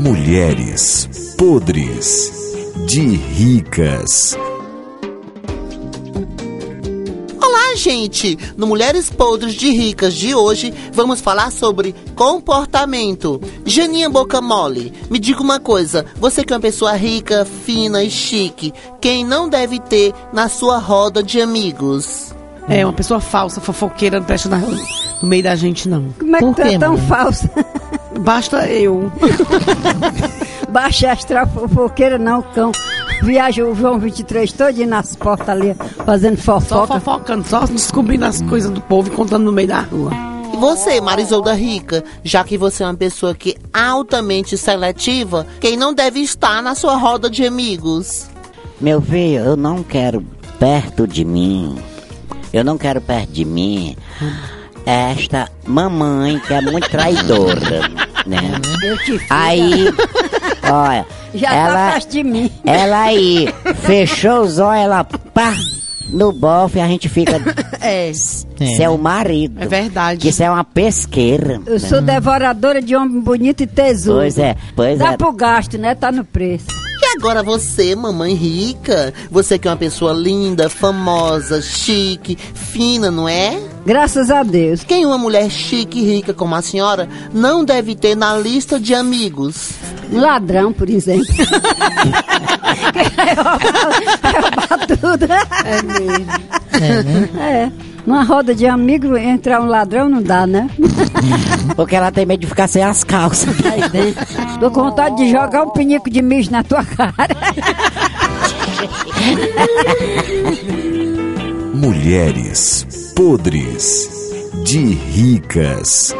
mulheres podres de ricas. Olá, gente! No Mulheres Podres de Ricas de hoje, vamos falar sobre comportamento. Janinha Boca Mole, me diga uma coisa: você que é uma pessoa rica, fina e chique, quem não deve ter na sua roda de amigos? É, uma pessoa falsa, fofoqueira, não presta na- no meio da gente, não. Como é que Por tu quê, é tão mulher? falsa? Basta eu. Baixa astral fofoqueira, não, cão. Viaja o João 23 todinho nas portas ali, fazendo Só fofoca. fofocando, só descobrindo as coisas do povo e contando no meio da rua. E você, Marisolda Rica, já que você é uma pessoa que é altamente seletiva, quem não deve estar na sua roda de amigos? Meu filho, eu não quero perto de mim. Eu não quero perto de mim esta mamãe que é muito traidora, né? Eu te fiz, Aí, olha, Já tá ela, atrás de mim. ela aí fechou os olhos, ela pá no bofe, a gente fica. É. Você é o marido. É verdade. Que isso é uma pesqueira. Eu sou devoradora de homem bonito e tesouro. Hum. Pois é, pois Dá é. pro gasto, né? Tá no preço. E agora você, mamãe rica, você que é uma pessoa linda, famosa, chique, fina, não é? Graças a Deus. Quem é uma mulher chique e rica como a senhora não deve ter na lista de amigos? Um Ladrão, por exemplo. Vai roubar- vai roubar tudo. É mesmo. né? É. Numa roda de amigo, entrar um ladrão não dá, né? Porque ela tem medo de ficar sem as calças. Tô com vontade de jogar um pinico de mijo na tua cara. Mulheres podres de ricas.